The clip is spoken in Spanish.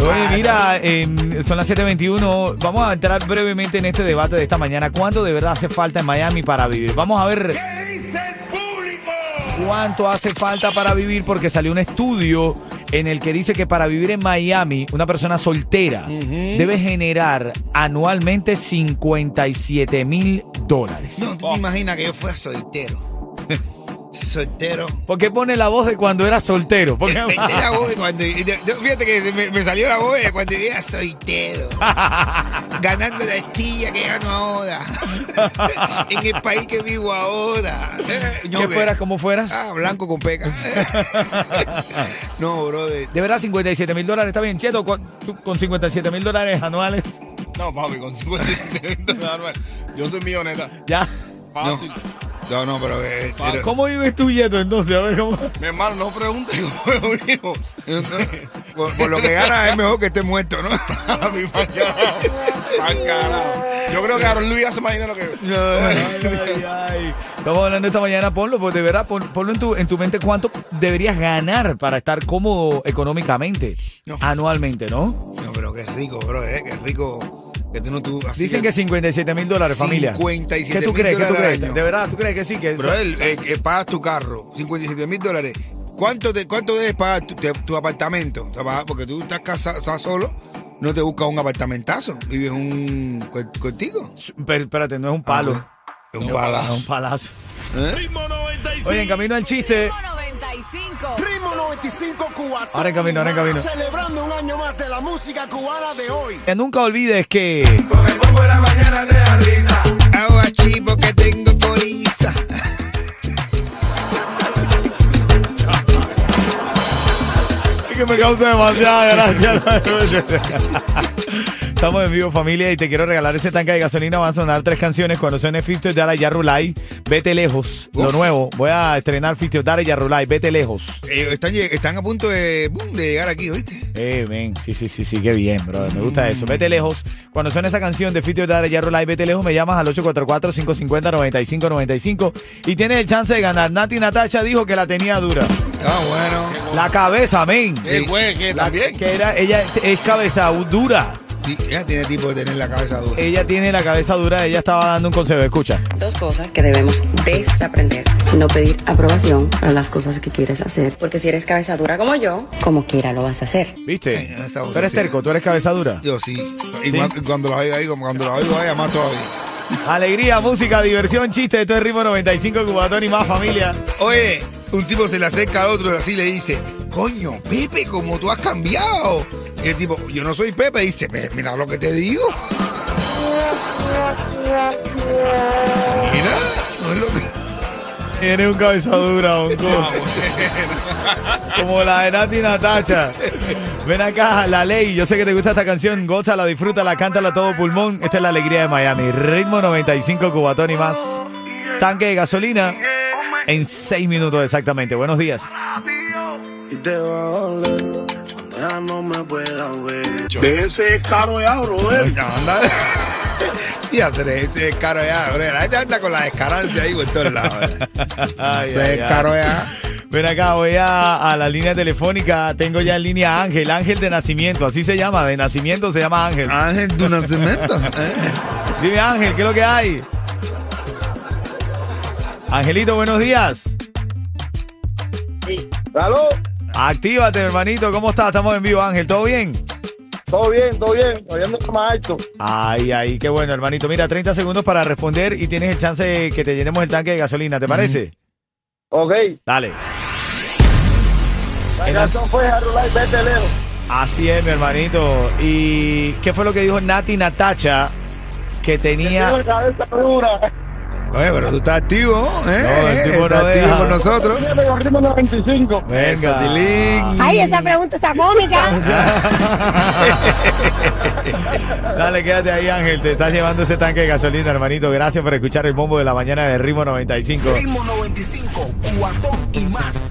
Oye, mira, em, son las 7.21. Vamos a entrar brevemente en este debate de esta mañana. ¿Cuánto de verdad hace falta en Miami para vivir? Vamos a ver... ¿Qué dice el público? cuánto hace falta para vivir, porque salió un estudio en el que dice que para vivir en Miami, una persona soltera debe generar anualmente 57 mil dólares. No, tú te imaginas que yo fuera soltero. soltero. ¿Por qué pone la voz de cuando era soltero? ¿Por qué? La voz, cuando, fíjate que me, me salió la voz de cuando yo era soltero. ganando la estilla que gano ahora. en el país que vivo ahora. Eh, no, que que- fueras como fueras. Ah, blanco con peca. no, brother. De verdad, 57 mil dólares, está bien, Cheto, con, tú con 57 mil dólares anuales, No, papi, con 57 dólares. Yo soy milloneta. ya. Fácil. No, no, pero. eh, pero- ¿Cómo vives tú, Cheto, entonces? A ver, ¿cómo? Mi hermano, no preguntes cómo es un hijo. por, por lo que gana es mejor que esté muerto, ¿no? Papi, pa' carajo. Pa' carajo. Yo creo que Aaron Luis hace más dinero que yo. Ay, ay, ay. Estamos hablando esta mañana, ponlo, pues de verdad, pon- ponlo en tu, en tu mente cuánto deberías ganar para estar cómodo económicamente, No. anualmente, ¿no? No, pero qué rico, bro, eh, qué rico. Que tú no tú. así Dicen que 57 mil dólares, familia. 57 ¿Qué tú mil crees? ¿Qué tú dólares crees? al año. De verdad, ¿tú crees que sí? Que Bro, el- eh, eh, pagas tu carro, 57 mil dólares. ¿Cuánto, te, ¿Cuánto debes pagar tu, te- tu apartamento? O sea, pagar- porque tú estás casado, estás solo, no te buscas un apartamentazo, vives un cu- contigo. Pero, espérate, Ah, no es un palo. Es No, es un un palazo. palazo. ¿Eh? Ritmo 95. Oye, en camino al chiste. Ritmo 95. Ritmo 95 Cuba. Ahora en camino, ahora en camino. Celebrando un año más de la música cubana de hoy. Que nunca olvides que. Con el bombo de la mañana te da risa. Hago así porque tengo coriza. que me causa demasiada gracia. Estamos en vivo familia y te quiero regalar ese tanque de gasolina. Van a sonar tres canciones cuando suene 50 Dara y Yarulay. Vete lejos. Lo Uf. nuevo. Voy a estrenar 50 Dara y Yarulay. Vete lejos. Eh, están, lleg- están a punto de, boom, de llegar aquí, ¿oíste? Eh, men. Sí, sí, sí, sí. Qué bien, brother. Me gusta eso. Vete lejos. Cuando suene esa canción de 50 Dara y Yarulay, vete lejos, me llamas al 844-550-9595 y tienes el chance de ganar. Nati Natacha dijo que la tenía dura. Ah, bueno. La cabeza, men. Eh, El güey, que La- también. que era, ella es cabeza dura. Sí, Ya tiene tipo de tener la cabeza dura. Ella tiene la cabeza dura, ella estaba dando un consejo, escucha. Dos cosas que debemos desaprender. No pedir aprobación para las cosas que quieres hacer. Porque si eres cabeza dura como yo, como quiera lo vas a hacer. ¿Viste? Eh, no estaba Tú eres sentida. terco, tú eres cabeza dura. Yo sí. Igual que cuando la oiga ahí, como cuando la oiga ahí, más todavía. Alegría, música, diversión, chiste, esto es Ritmo 95 Cubatón y más familia. Oye, un tipo se le acerca a otro así le dice, coño, Pepe, como tú has cambiado. Y el tipo, yo no soy Pepe, dice, "Pe- mira lo que te digo. Mira, no es lo que... Tienes un cabeza dura, hongo. Como la de Nati Natacha. Ven acá, la ley. Yo sé que te gusta esta canción. Gózala, disfrútala, cántala a todo pulmón. Esta es la alegría de Miami. Ritmo 95 Cubatón y más. Tanque de gasolina en 6 minutos exactamente. Buenos días. Y te va a doler cuando ya no me pueda ver. No, anda. Sí, hacer este descaro ya, bro. La gente anda con la descarancia ahí por todos lados. Ay, Se ay, ay. descaro ya. Ven acá, voy a, a la línea telefónica. Tengo ya en línea a Ángel, Ángel de nacimiento, así se llama, de nacimiento se llama Ángel. Ángel, tu nacimiento. ¿eh? Dime Ángel, ¿qué es lo que hay? Angelito, buenos días. Salud, Actívate, hermanito, ¿cómo estás? Estamos en vivo, Ángel, ¿todo bien? todo bien, todo bien, oyendo más alto. Ay, ay, qué bueno, hermanito. Mira, 30 segundos para responder y tienes el chance de que te llenemos el tanque de gasolina, ¿te parece? Ok, Dale. La En la- canción fue Jarulay, vete lejos. Así es, mi hermanito. ¿Y qué fue lo que dijo Nati Natacha? Que Tengo tenía. la cabeza dura. Oye, pero tú estás activo, ¿eh? No, el tipo no estás activo deja. con nosotros. Tiene el ritmo 95. Venga, Esa. Tilín. Ay, esa pregunta está cómica. Dale, quédate ahí, Ángel. Te estás llevando ese tanque de gasolina, hermanito. Gracias por escuchar el bombo de la mañana de Ritmo 95. Ritmo 95, cuatón y más.